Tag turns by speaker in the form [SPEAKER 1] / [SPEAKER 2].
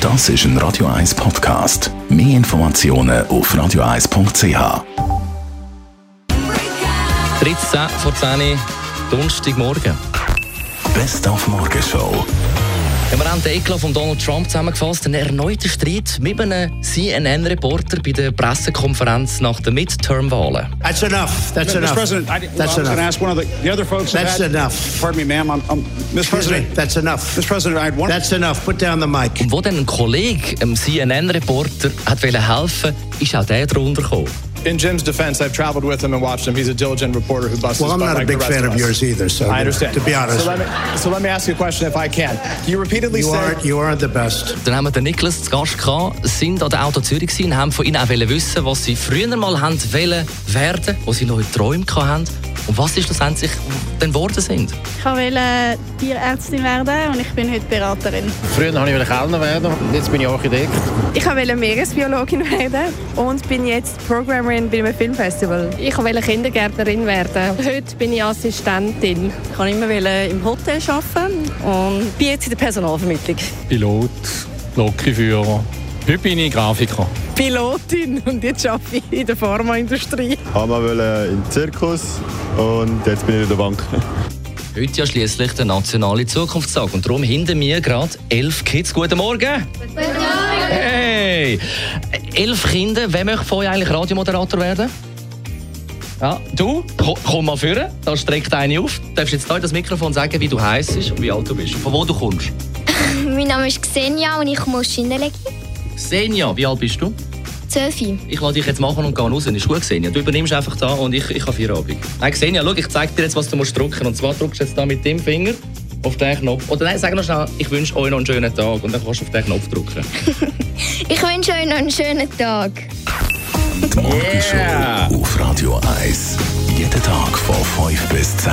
[SPEAKER 1] Das ist ein Radio 1 Podcast. Mehr Informationen auf radio1.ch.
[SPEAKER 2] 13 vor 10 Uhr, Donnerstagmorgen.
[SPEAKER 1] Best auf Morgenshow.
[SPEAKER 2] Ja, wir haben den Eklat von Donald Trump zusammengefasst. Ein erneuter Streit mit einem CNN-Reporter bei der Pressekonferenz nach den Midterm-Wahlen.
[SPEAKER 3] That's enough. That's
[SPEAKER 4] Mr.
[SPEAKER 3] enough.
[SPEAKER 4] President, I, well, I was
[SPEAKER 3] That's
[SPEAKER 4] going to
[SPEAKER 3] enough.
[SPEAKER 4] ask one of the, the other folks. have
[SPEAKER 3] That's
[SPEAKER 4] had-
[SPEAKER 3] enough.
[SPEAKER 4] Pardon me, ma'am. I'm, I'm, Mr. President.
[SPEAKER 3] That's enough.
[SPEAKER 4] Mr. President, I had one.
[SPEAKER 3] That's enough. Put down the mic.
[SPEAKER 2] Und wo dann ein Kollege, einem CNN-Reporter, hat wollte helfen ist auch der drunter gekommen.
[SPEAKER 5] In Jim's defense, I've traveled with him and watched him. He's a diligent reporter who busts.
[SPEAKER 3] Well, I'm
[SPEAKER 5] his butt
[SPEAKER 3] not a
[SPEAKER 5] like
[SPEAKER 3] big
[SPEAKER 5] the rest
[SPEAKER 3] fan of
[SPEAKER 5] us.
[SPEAKER 3] yours either. So
[SPEAKER 5] I understand.
[SPEAKER 3] To be honest,
[SPEAKER 5] so let me, so let me ask you a question, if I can. You repeatedly
[SPEAKER 3] you
[SPEAKER 5] said
[SPEAKER 3] aren't you aren't the best.
[SPEAKER 2] Dann haben wir den Niklas zu Gast gehabt, sind an der Auto Zürich gewesen, und haben von ihnen auch wollen wissen, was sie früher mal haben wollen werden, was sie noch geträumt haben und was sie schlussendlich dann geworden sind.
[SPEAKER 6] Ich wollte Tierärztin werden und ich bin heute Beraterin.
[SPEAKER 7] Früher wollte ich Kellner werden, jetzt bin ich Architekt.
[SPEAKER 8] Ich wollte Meeresbiologin werden und bin jetzt Programmerin bei einem Filmfestival.
[SPEAKER 9] Ich wollte Kindergärtnerin werden. Heute bin ich Assistentin.
[SPEAKER 8] Ich wollte immer im Hotel arbeiten und bin jetzt in der Personalvermittlung.
[SPEAKER 10] Pilot, Lokführer. Heute bin ich Grafiker.
[SPEAKER 8] Pilotin und jetzt arbeite ich in der Pharmaindustrie.
[SPEAKER 11] Einmal wollte in den Zirkus und jetzt bin ich in der Bank.
[SPEAKER 2] Heute ja schliesslich der nationale Zukunftstag und darum hinter mir gerade elf Kids. Guten Morgen! Guten Morgen! Hey! Äh, Elf Kinder, wer möchte von euch eigentlich Radiomoderator werden? Ja, du, Ko- komm mal führen, da streckt eine auf. Du darfst jetzt da in das Mikrofon sagen, wie du heisst und wie alt du bist. Von wo du kommst?
[SPEAKER 12] Mein Name ist Xenia und ich muss Schindelegi.
[SPEAKER 2] Xenia, wie alt bist du?
[SPEAKER 12] 12.
[SPEAKER 2] Ich lasse dich jetzt machen und gehe raus. Ist gut, Xenia. Du übernimmst einfach da und ich, ich habe Feierabend. Nein, Xenia, schau, ich zeige dir jetzt, was du musst drücken Und zwar drückst du jetzt da mit dem Finger auf den Knopf. Oder nein, sag noch schnell, ich wünsche euch noch einen schönen Tag. Und dann kannst du auf den Knopf drücken.
[SPEAKER 12] Ich wünsche euch noch einen schönen Tag.
[SPEAKER 1] Die Morgenshow auf Radio 1. Jeden Tag von 5 bis 10.